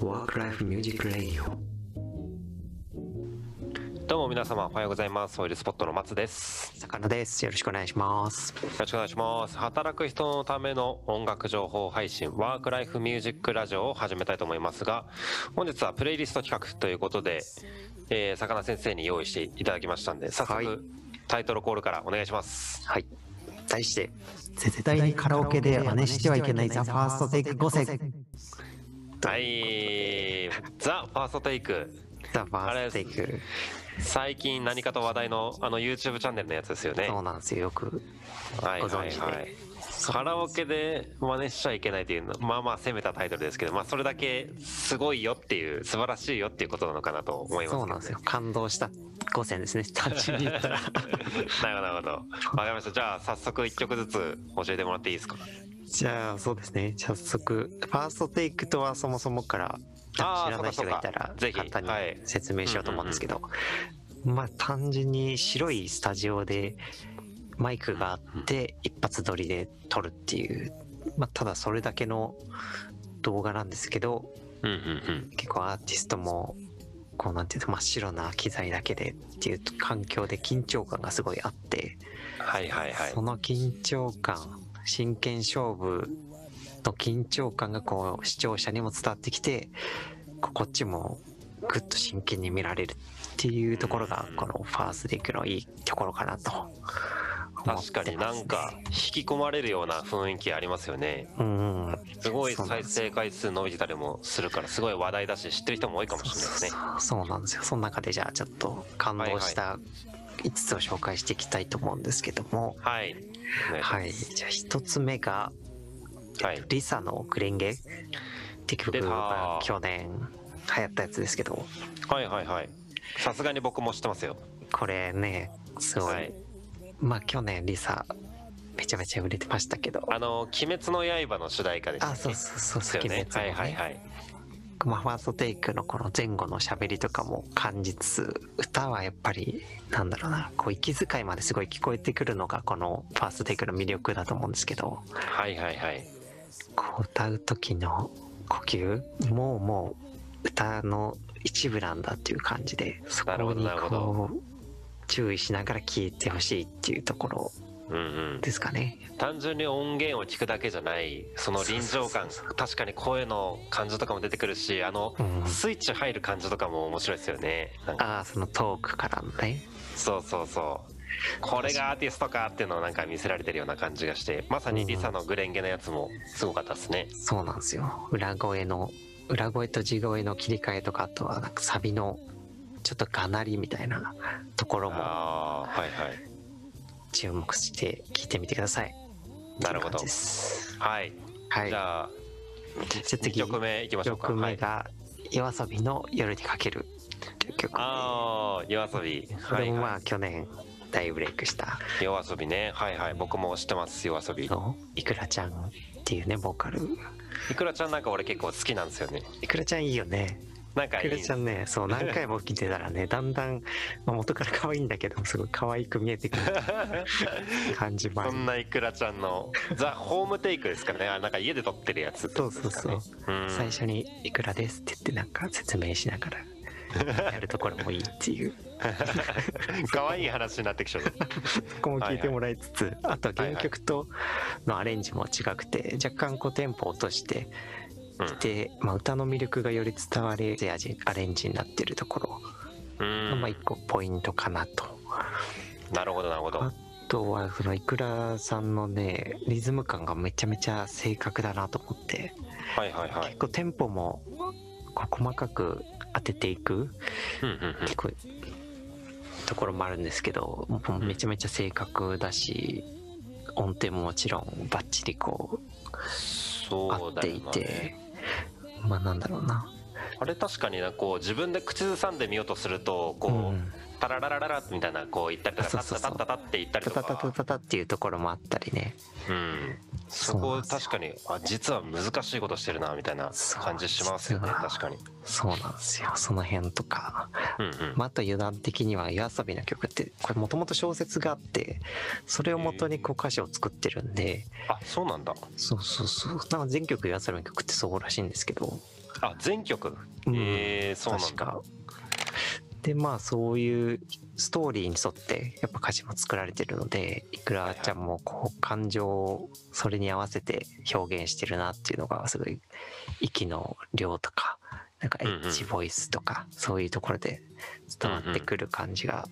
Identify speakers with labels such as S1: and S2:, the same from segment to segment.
S1: ワークライフミュージックレディオ
S2: どうも皆様おはようございますオイルスポットの松です
S1: 魚ですよろしくお願いします
S2: よろしくお願いします働く人のための音楽情報配信ワークライフミュージックラジオを始めたいと思いますが本日はプレイリスト企画ということで、えー、魚先生に用意していただきましたんで早速、
S1: はい
S2: タイトルコールからお願いします
S1: はい題して
S3: 絶対にカラオケで真似してはいけないザ・ファーストテイク5選
S2: はいザ・ファーストテイク
S1: ザ・ファーストテイク
S2: 最近何かと話題のあの YouTube チャンネルのやつですよね
S1: そうなんですよよく
S2: はい
S1: ご
S2: は
S1: 存
S2: い
S1: 知で
S2: はいカラオケで真似しちゃいけないというのまあまあ攻めたタイトルですけど、まあ、それだけすごいよっていう素晴らしいよっていうことなのかなと思います
S1: そうなんですよ感動した5選ですね単純に言ったら
S2: なるほどなるほどわかりましたじゃあ早速1曲ずつ教えてもらっていいですか
S1: じゃあそうですね早速ファーストテイクとはそもそもから知
S2: あー
S1: らない人がいた
S2: そうかそう
S1: ら
S2: かぜひ
S1: 簡単に
S2: はい
S1: 説明しようと思うんですけど、まあ単純に白いスタジオでマイクがあって一発撮りで撮るっていう、まあ、ただそれだけの動画なんですけど
S2: うんうんうん
S1: 結構アーティストもこうなんていうの真っ白な機材だけでっていう環境で緊張感がすごいあって。
S2: はいはいはい
S1: その緊張感真剣勝負の緊張感がこう視聴者にも伝わってきてここっちもぐっと真剣に見られるっていうところがこのファーストディックのいいところかなと思ってます
S2: 確かになんか引き込まれるような雰囲気ありますよね
S1: うん
S2: すごい
S1: そうなん
S2: 再
S1: ですよ
S2: 生回数伸びてたりもするからすごい話題だし知ってる人も多いかもしれないですね
S1: そうなんですよその中でじゃあちょっと感動した5つを紹介していきたいと思うんですけども
S2: はいお願いしま
S1: はいじゃあ1つ目が
S2: すはい
S1: リサの「グレンゲ」って曲
S2: 出た
S1: が去年流行ったやつですけど
S2: はいはいはいさすがに僕も知ってますよ
S1: これねすごい、
S2: はい
S1: まあ去年リサめちゃめちゃ売れてましたけど
S2: あの「鬼滅の刃」の主題歌でした
S1: あ
S2: っけ
S1: そうそうそう
S2: です
S1: 好
S2: よ
S1: きな
S2: ね
S1: やつも
S2: はい
S1: ね
S2: はいはい
S1: まあファーストテイクのこの前後の喋りとかも感じつつ歌はやっぱりなんだろうなこう息遣いまですごい聞こえてくるのがこのファーストテイクの魅力だと思うんですけど
S2: はいはいはい
S1: こう歌う時の呼吸もうもう歌の一部なんだっていう感じでそ
S2: なる
S1: こ
S2: ほど
S1: に
S2: なるほ
S1: こう注意しながら聴いてほしいっていうところ
S2: うんうん
S1: ですかね。
S2: 単純に音源を聞くだけじゃないその臨場感確かに声の感じとかも出てくるしあの
S1: うん
S2: スイッチ入る感じとかも面白いですよねなんか
S1: ああそのトークからのね
S2: そうそうそうこれがアーティストかっていうのをなんか見せられてるような感じがしてまさにリサの「グレンゲ」のやつもすごかったですね
S1: そうなんですよ裏声の裏声と地声の切り替えとかあとはなんかサビのちょっとがなりみたいなところも
S2: ああはいはい
S1: 注目して聞いてみてください
S2: なるほど
S1: っていう感じです
S2: はい
S1: はい
S2: じ
S1: じゃ
S2: ゃあ
S1: あ
S2: 2
S1: 次
S2: 曲
S1: 1
S2: 目いきましょうか
S1: 曲
S2: は
S1: 目
S2: い
S1: が夜遊びの夜にかけるという曲
S2: ああ夜遊び
S1: こ
S2: は
S1: れ
S2: い、
S1: も
S2: は
S1: まあ去年大ブレイクした
S2: い、夜遊びねはいはい僕も知ってます夜遊び
S1: あのいくらちゃんっていうねボーカル
S2: いくらちゃんなんか俺結構好きなんですよね
S1: いくらちゃんいいよね
S2: なんか
S1: ク
S2: いい
S1: ラちゃ んねそう何回も聞いてたら ねだんだん、まあ、元から可愛いんだけどすごい可愛く見えてくる感じもあ
S2: そ
S1: り
S2: んないくらちゃんのザ・ホームテイクですかねあなんか家で撮ってるやつって
S1: そ
S2: こ
S1: う
S2: と
S1: そ
S2: で
S1: う
S2: すか
S1: そう
S2: ね、うん
S1: 最初に「いくらです」って言ってなんか説明しなが らやるところもいいっていう
S2: 可愛い話になってきちゃう
S1: そこも聞いてもらいつつ、あとは原曲とのアレンジも違くて若干こうテンポ落として
S2: うん
S1: きて、まあ、歌の魅力がより伝わるアレンジになってるところ
S2: う
S1: が
S2: ん
S1: まあ一個ポイントかなと。
S2: なるほどなるほど
S1: あとはそのいくらさんのねリズム感がめちゃめちゃ正確だなと思って、
S2: はいはいはい
S1: 結構テンポもこう細かく当てていく
S2: うんうんうん
S1: 結構ところもあるんですけどもうめちゃめちゃ正確だし音程ももちろんバッチリこう合
S2: そう
S1: っ
S2: だ
S1: て
S2: よ
S1: い
S2: な
S1: て、まあなんだろうな。
S2: あれ確かになこう自分で口ずさんでみようとするとこう、
S1: うん
S2: タラララララみたいなこう言ったりとか
S1: そ
S2: タ
S1: うそう
S2: ッ
S1: そ
S2: タ
S1: う
S2: タッタタって言ったり
S1: タ
S2: とか
S1: タタタタタっていうところもあったりね
S2: うんそ
S1: そうな
S2: こ
S1: んですよ
S2: 確かにあ実は難しいことしてるなみたいな感じしますよね
S1: そう実は
S2: 確かに
S1: そうなんですよその辺とか
S2: うんうん
S1: まあ、あと油断的には夜遊びの曲ってこれもともと小説があってそれを元にこう歌詞を作ってるんで
S2: あそうなんだ
S1: そうそうそうなんか全曲夜遊びの曲ってそうらしいんですけど
S2: あ全曲、
S1: うん
S2: えー、そうなん
S1: 確
S2: だ
S1: か。でまあそういうストーリーに沿ってやっぱ歌詞も作られてるのでいくらちゃんもこう感情をそれに合わせて表現してるなっていうのがすごい息の量とかなんかエ
S2: うんうん
S1: ッジボイスとかそういうところで伝わってくる感じが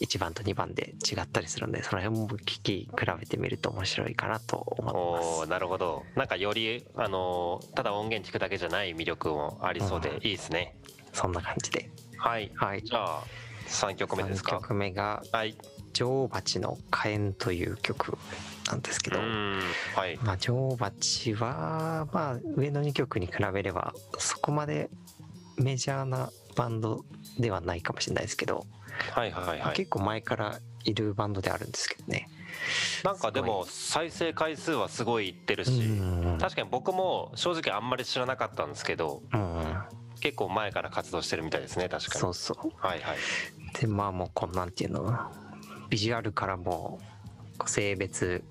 S1: 1番と2番で違ったりするのでその辺も聞き比べてみると面白いかなと思って
S2: お
S1: ま
S2: お
S1: す。
S2: なるほどなんかよりあのーただ音源聞くだけじゃない魅力もありそうで
S1: うん
S2: いいですね、
S1: そんな感じで。
S2: はい
S1: はい。
S2: じゃあ3曲目です
S1: 3
S2: か
S1: 曲目が
S2: はい
S1: 女王蜂の火炎という曲なんですけ
S2: う
S1: ど、
S2: んはい
S1: まあ、女王蜂は、まあ、上の2曲に比べればそこまでメジャーなバンドではないかもしれないですけど、
S2: はいはい
S1: まあ
S2: はい
S1: 結構前からいるバンドであるんですけどね。
S2: なんかでも再生回数はすごいいってるし、
S1: うん
S2: 確かに僕も正直あんまり知らなかったんですけど
S1: うん、
S2: 結構前から活動してるみたいですね確かに
S1: そうそう
S2: はいはい
S1: でまあもうこんなんていうのビジュアルからもう性別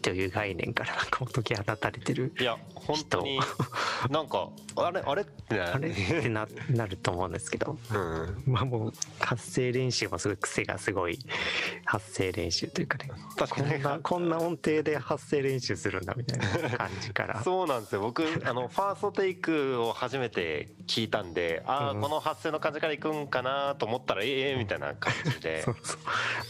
S1: という概念からなんかもう解き放たれてる
S2: いや本当に なんかあれあれってね
S1: あれってななると思うんですけど
S2: うん、
S1: まあもう発声練習もすごい癖がすごい発声練習というかねこ
S2: 確か
S1: ん
S2: に
S1: なこんな音程で発声練習するんだみたいな感じから
S2: そうなんですよ僕あのファーストテイクを初めて聞いたんでああ、
S1: うん
S2: この発声の感じからいくんかなと思ったらええみたいな感じで
S1: そうそう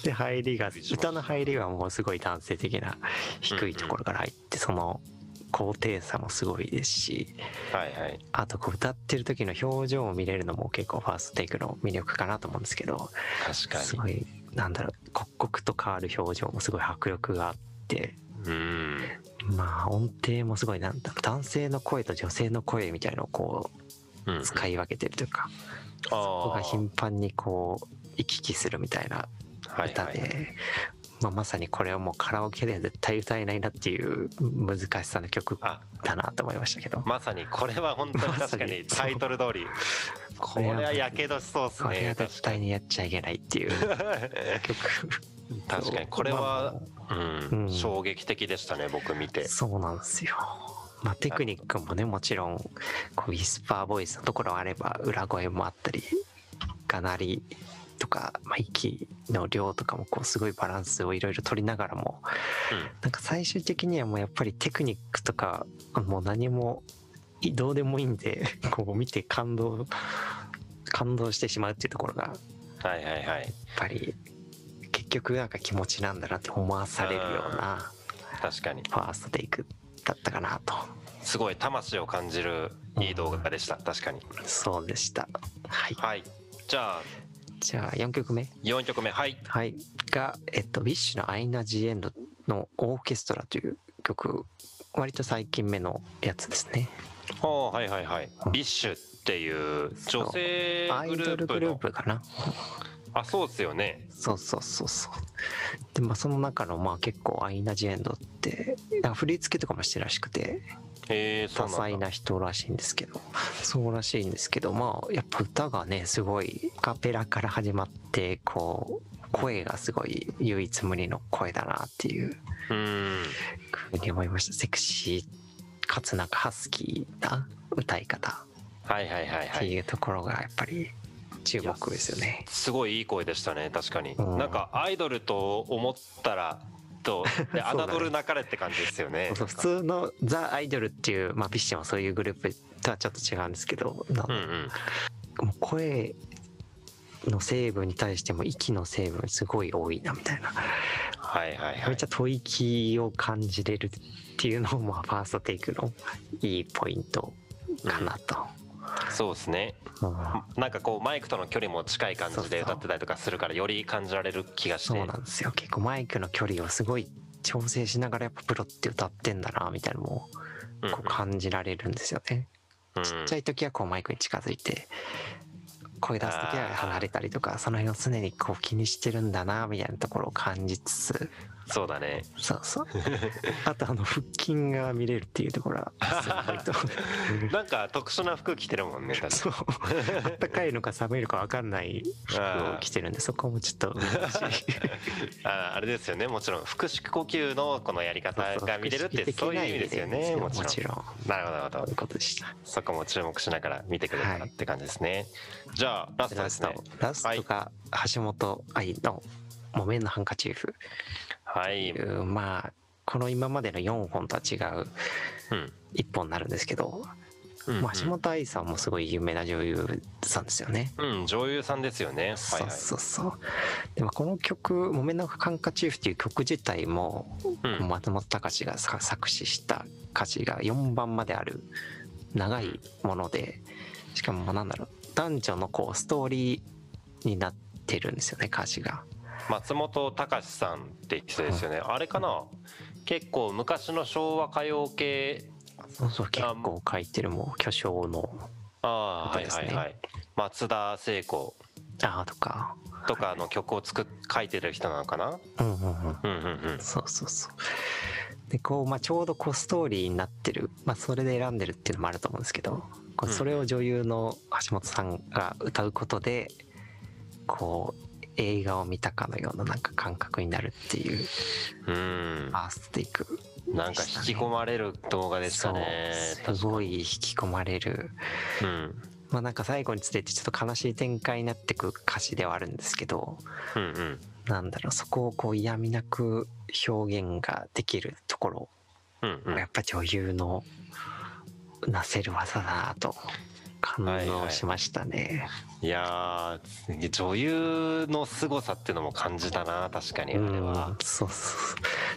S1: で入りが
S2: びっくりしました
S1: 歌の入りはもうすごい男性的な低いところから入ってその高低差もすごいですし
S2: はいはい
S1: あとこう歌ってる時の表情を見れるのも結構ファーストテイクの魅力かなと思うんですけど
S2: 確か
S1: すごいなんだろう刻々と変わる表情もすごい迫力があって。
S2: にうん
S1: まあ音程もすごいなんだろう男性の声と女性の声みたいのをこ
S2: う
S1: うん使い分けてるというか、こ
S2: あ
S1: こ
S2: あ
S1: が頻繁にこう行き来するみたいな
S2: はい
S1: 歌
S2: は
S1: で、
S2: い
S1: まあ、まさにこれはもうカラオケでは絶対歌えないなっていう難しさの曲
S2: あ
S1: だなと思いましたけど、
S2: まさにこれは本当に確かに
S1: まさ
S2: タ
S1: に
S2: イトル通りこれはやけどしそうです
S1: これ
S2: ね
S1: は絶対にやっちゃいけないっていう 曲
S2: 確かにこれは、う、
S1: うんん
S2: 衝撃的でしたね僕見て
S1: そうなんですよ。 まあ、テクニックもねもちろんこうウィスパーボイスのところあれば裏声もあったりがなりとか、まあ、息の量とかもこうすごいバランスをいろいろ取りながらもなんか最終的にはもうやっぱりテクニックとかもう何もいどうでもいいんで こう見て感動感動してしまうっていうところがやっ
S2: うん、はいはいはい
S1: ぱり結局なんか気持ちなんだなって思わされるような
S2: 確かに
S1: ファーストテイクだったかなと
S2: すごい魂を感じるいい動画でした確かに
S1: そうでした。はい。
S2: はいじゃあ
S1: じゃあ4曲目、
S2: 4曲目はい
S1: はい、が、えっと、Wish の「アイナ・ジ・エンド」の「オーケストラ」という曲割と最近目のやつですね
S2: ああはいはいはい
S1: うん
S2: ビッシュっていう女性
S1: アイ
S2: グ
S1: ドル
S2: ルー
S1: グ
S2: プ
S1: ルー
S2: の
S1: プかな
S2: あそうですよね
S1: そうそうそうそうでまあその中のまあ結構「アイナ・ジ・エンド」ってあ振り付けとかもしてるらしくて
S2: へえそ
S1: 多
S2: うな
S1: 彩
S2: んだ
S1: な人らしいんですけどそうらしいんですけどまあやっぱ歌がねすごいアカペラから始まってこう声がすごい唯一無二の声だなっていう
S2: うん
S1: ふうに思いましたセクシーかつなんかハスキーな歌い方
S2: はいはいはい
S1: っ
S2: は
S1: て
S2: い
S1: いうところがやっぱり注目ですよね。
S2: すごいいい声でしたね確かに、
S1: うん
S2: なんかアイドルと思ったら とで
S1: そうだね
S2: 侮るなかれって感じですよね
S1: そう普通のザ・アイドルっていう、まあ、ビッシュもそういうグループとはちょっと違うんですけど、な
S2: うんうん
S1: もう声の成分に対しても息の成分すごい多いなみたいな、
S2: はいはいは
S1: めっ
S2: い
S1: ちゃ吐息を感じれるっていうのもまあファーストテイクのいいポイントかなと。
S2: そうですね
S1: うん
S2: なんかこうマイクとの距離も近い感じで
S1: そうそ
S2: 歌
S1: う
S2: ってたりとかするからより感じられる気がして
S1: そうなんですよ結構マイクの距離をすごい調整しながらやっぱプロって歌ってんだなみたいなのも
S2: うんうん
S1: こう感じられるんですよね、
S2: うん
S1: ちっちゃい時はこうマイクに近づいて声出す時は離れたりとかその辺を常にこう気にしてるんだなみたいなところを感じつつ
S2: そうだね。
S1: そうそう。 あとあの腹筋が見れるっていうところがすごい と思
S2: なんか特殊な服着てるもんね。確
S1: う。そう。あったかいのか寒いのかわかんない服を着てるんで、そこもちょ っと嬉しい。
S2: かああれですよね。もちろん腹式呼吸のこのやり方が見れるってそういう意味ですよね。も
S1: も
S2: ちろん。
S1: ちろん。
S2: なるほどなるほ
S1: そうい
S2: ど。
S1: うことでした。
S2: そこも注目しながら見てくれたらって感じですね。じゃあラスト
S1: ラ
S2: で
S1: ス
S2: す
S1: ト
S2: ね。、
S1: ラストが橋本愛の木綿のハンカチーフ。
S2: はい。う。
S1: うんまあ、この今までの4本とは違うん1本になるんですけど、
S2: うん
S1: まあ、橋本愛さんもすごい有名な女優さんですよね。
S2: うん、女優さんですよね。はい
S1: そう
S2: はい。
S1: そうそう。でもこの曲、木綿のハンカチーフっていう曲自体も、
S2: うん
S1: 松本隆が作作詞した歌詞が4番まである長いものでしかもなんだろう男女のこうストーリーになってるんですよね歌詞が。
S2: 松本隆さんって人ですよね。あれかな結構昔の昭和歌謡系
S1: そうそう結構書いてるもう巨匠のこ
S2: ああ、は
S1: と
S2: い
S1: です
S2: は
S1: ね
S2: いはい。松田聖子
S1: 「あ」とか、
S2: とかの曲を作っ書いてる人なのかな。
S1: うんうんうん、
S2: うんうんうん。
S1: そうそうそう。でこう、まあ、ちょうどこうストーリーになってる、まあ、それで選んでるっていうのもあると思うんですけどこう
S2: うん
S1: それを女優の橋本さんが歌うことでこう映画を見たかのようななんか感覚になるっていう
S2: うん
S1: フ。ァーストテイク
S2: なんか引き込まれる動画でしたね。
S1: そうすごい引き込まれる
S2: うん。
S1: まあなんか最後につれてちょっと悲しい展開になってく歌詞ではあるんですけど
S2: うんうん。
S1: なんだろうそこをこう嫌みなく表現ができるところ
S2: うんうん
S1: やっぱ女優のなせる技だなと感動しましたね。
S2: いやー女優の凄さっていうのも感じたな確かにあれ
S1: う
S2: は
S1: ん、そうそうそ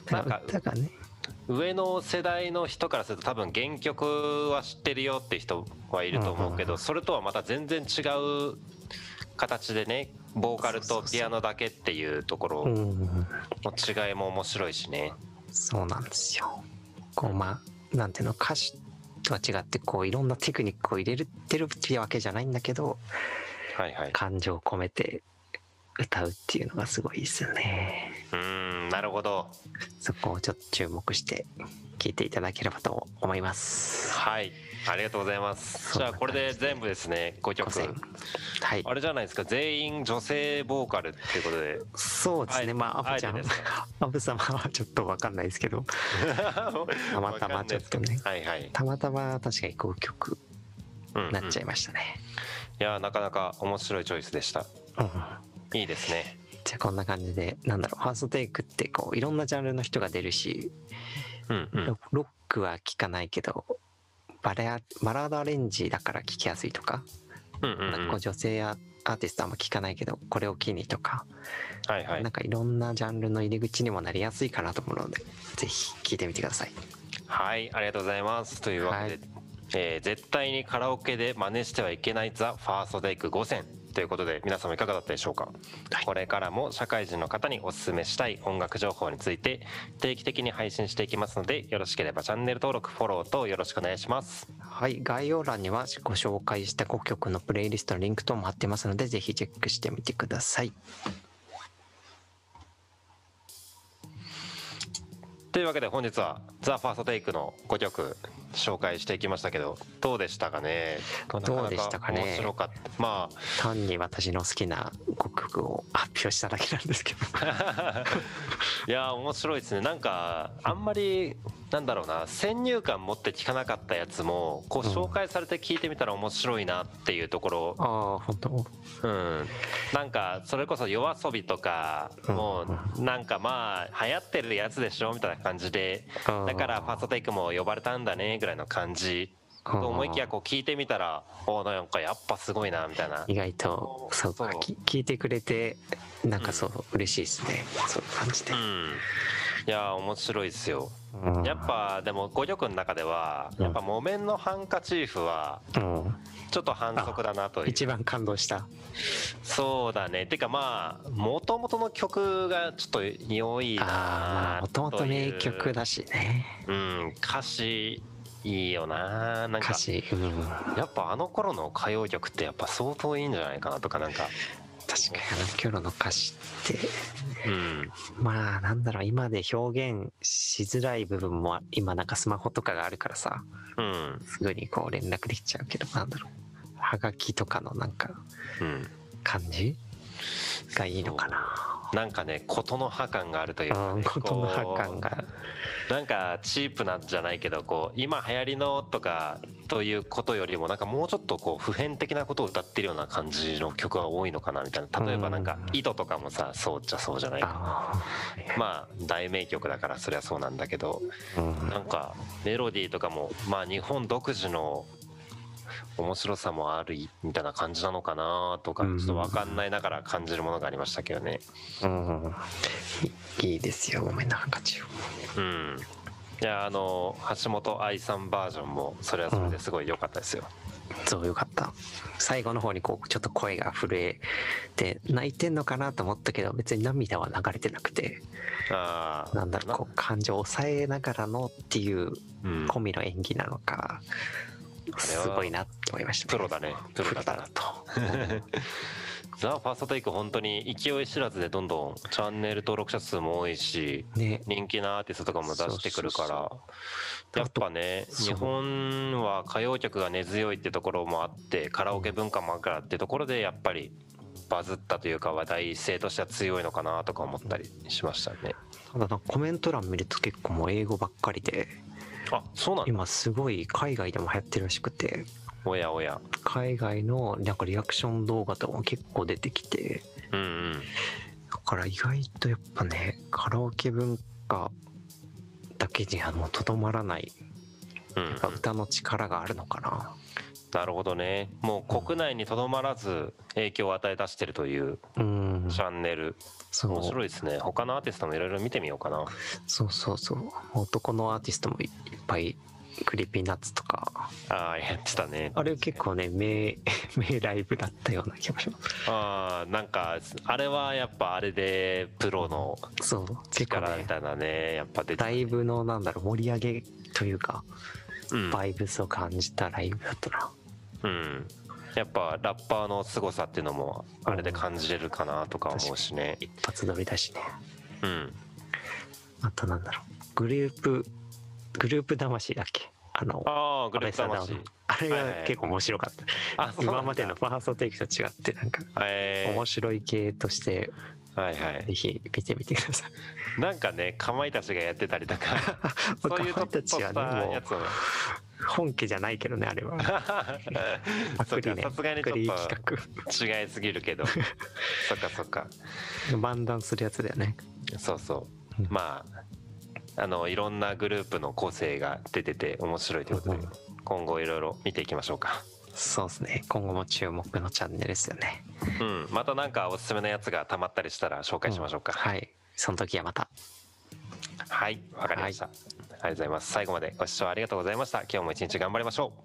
S1: う。
S2: なんか
S1: 歌がね、
S2: 上の世代の人からすると多分原曲は知ってるよって人はいると思うけ
S1: うんうんう
S2: どそれとはまた全然違う形でねボーカルとピアノだけっていうところ
S1: うん、
S2: の違いも面白いしね
S1: そうなんですよ。こうまあなんていうの歌詞とは違ってこういろんなテクニックを入れてるってわけじゃないんだけど
S2: はいはい
S1: 感情を込めて歌うっていうのがすごいですよね。
S2: うーんなるほど
S1: そこをちょっと注目して聴いていただければと思います。
S2: はいありがとうございますじゃあこれで全部ですね5曲
S1: ごせんはい。
S2: あれじゃないですか全員女性ボーカルっていうことで
S1: そうです
S2: あえて
S1: ね、まあ、アブちゃ
S2: あえ
S1: ん
S2: てです、
S1: アブ様はちょっとわかんないですけど、
S2: た
S1: またまちょっとね
S2: はいはい、
S1: たまたま確かにこう曲
S2: うんうん
S1: なっちゃいましたね。
S2: いやーなかなか面白いチョイスでした
S1: うん
S2: いいですね
S1: じゃあこんな感じで、なんだろう、ファーストテイクってこう、いろんなジャンルの人が出るし、
S2: うんうん
S1: ロロックは聴かないけど、バレアバラードアレンジだから聴きやすいとか、
S2: うんう
S1: なん
S2: んう
S1: か
S2: ん
S1: こう女性アアーティストはあんま聴かないけど、これを機にとか、
S2: はいはい
S1: なんかいろんなジャンルの入り口にもなりやすいかなと思うので、ぜひ聴いてみてください。
S2: はいありがとうございますというわ
S1: は
S2: けで、
S1: い
S2: えー絶対にカラオケで真似してはいけないザ・ファーストテイク5選ということで皆様いかがだったでしょうか、
S1: はい
S2: これからも社会人の方にお勧めしたい音楽情報について定期的に配信していきますのでよろしければチャンネル登録フォローとよろしくお願いします
S1: はい、概要欄にはご紹介した5曲のプレイリストのリンク等も貼ってますので、ぜひチェックしてみてください。
S2: というわけで本日は「ザ・ファーストテイクの5曲紹介していきましたけどどうでしたかね
S1: どうでしたかね
S2: な面白かったま
S1: 単に私の好きな5曲を発表しただけなん ですけど。
S2: あいやー面白いですねなんかあんまりなんだろうな先入観持って聞かなかったやつもこう
S1: うん
S2: 紹介されて聞いてみたら面白いなっていうところ
S1: ああ、本当
S2: うん、なんかそれこそ夜遊びとかもうなんかまあ流行ってるやつでしょみたいな感じでだからファーストテイクも呼ばれたんだねぐらいの感じ
S1: あー
S2: と思いきやこう聞いてみたらおーなんかやっぱすごいなみたいな
S1: 意外と、そうか、
S2: そう
S1: き聞いてくれて、なんかそう、嬉しいですね。そういう感じで
S2: う。んいやー面白いですよ
S1: うん
S2: やっ、ぱでも5曲の中ではやっぱ木綿のハンカチーフは
S1: うん、
S2: ちょっと反則だなという
S1: 一番感動した。
S2: そうだねてかまあもともとの曲がちょっと良い
S1: ああ、まあ、
S2: な
S1: もともと名曲だしね。
S2: うん歌詞いいよななんか
S1: 歌詞、うん、
S2: やっぱあの頃の歌謡曲ってやっぱ相当いいんじゃないかなとかなんか
S1: 確かにあの頃の歌詞って
S2: うん
S1: まあなんだろう今で表現しづらい部分も今なんかスマホとかがあるからさ
S2: うん
S1: すぐにこう連絡できちゃうけどなんだろうはがきとかのなんか
S2: うん
S1: 感じがいいのかな
S2: なんかね事の破感があるというか、
S1: う
S2: ね
S1: ん、ことの
S2: こ
S1: 破
S2: う
S1: 感が
S2: なんかチープなんじゃないけどこう今流行りのとかということよりもなんかもうちょっとこう普遍的なことを歌ってるような感じの曲が多いのかなみたいな例えばなんか
S1: うん
S2: 「糸」とかもさそうじゃそうじゃない
S1: あ
S2: まあ大名曲だからそりゃそうなんだけど
S1: ーうん
S2: なんかメロディーとかもまあ日本独自の面白さもあるみたいな感じなのかなとか
S1: うん
S2: ちょっと分かんないながら感じるものがありましたけどね
S1: うん、いいですよ、ごめんな、ハンカチを。
S2: うんいやあの橋本愛さんバージョンもそれはそれですごい良かったですよ
S1: そう、よかった。最後の方にこう、ちょっと声が震えて、泣いてんのかなと思ったけど、別に涙は流れてなくて、
S2: ああ
S1: なんだろう、こう、感情を抑えながらのっていう
S2: うん
S1: 込みの演技なのか、すごいなって思いました、
S2: プロだねプロだなとザ・ファーストテイク本当に勢い知らずでどんどんチャンネル登録者数も多いし
S1: ね。
S2: 人気なアーティストとかも出してくるから
S1: そう
S2: やっぱね
S1: そう
S2: 日本は歌謡曲が根強いってところもあってカラオケ文化もあるからってところでやっぱりバズったというか話題性としては強いのかなとか思ったりしましたね
S1: ただな、コメント欄見ると結構もう英語ばっかりで、
S2: あそうなんだ
S1: 今すごい海外でも流行ってるらしくて、
S2: おやおや
S1: 海外のなんかリアクション動画とかも結構出てきて、
S2: うんうん
S1: だから意外とやっぱねカラオケ文化だけにはもうとどまらない
S2: うん
S1: やっぱ歌の力があるのかな、
S2: なるほどねもう国内にとどまらず影響を与え出してるという
S1: うん
S2: チャンネル
S1: そ
S2: 面白
S1: う
S2: いですね他のアーティストもいろいろ見てみようかな
S1: そうそうそう男のアーティストもいいっぱいクリーピーナッツとか
S2: ああやってたね
S1: あれ結構ね 名名ライブだったような気がしま
S2: ああなんかあれはやっぱあれでプロの
S1: すそう結構
S2: 力み
S1: ね
S2: たいなねやっぱ出て
S1: ライブのなんだろう盛り上げというか
S2: うん、
S1: バイブスを感じたライブだったな
S2: うん、やっぱラッパーの凄さっていうのもあれで感じれるかなとか思うしね
S1: 一発撮りだしね
S2: うん
S1: あとなんだろうグループグループ魂だっけあの
S2: ああグ
S1: 安
S2: ルー
S1: 倍
S2: プ
S1: さんの
S2: 魂
S1: あれ
S2: はいはいは
S1: が
S2: い
S1: 結構面白かった、
S2: あそうなんだ
S1: 今までのファーストテイクと違ってなんか
S2: え
S1: 面白い系として
S2: ー、はいはい
S1: ぜひ見てみてください、
S2: なんかねかまいたちがやってたりとか そういうちょっとした
S1: かまいたちはねもう
S2: やつを
S1: 本家じゃないけどねあれはパ
S2: そ
S1: クリ
S2: っか
S1: ね
S2: さすが
S1: パ
S2: に
S1: クリ
S2: ちょっ
S1: 企
S2: と違いすぎ るけどそっかそっか
S1: 画漫談するやつだよね
S2: そうそううんまああのいろんなグループの個性が出てて面白いということで
S1: うん
S2: 今後いろいろ見ていきましょうか
S1: そうですね今後も注目のチャンネルですよね
S2: うんまたなんかおすすめのやつがたまったりしたら紹介しましょうか、
S1: はいその時はまた
S2: はいわかりました、ありがとうございます最後までご視聴ありがとうございました今日も一日頑張りましょう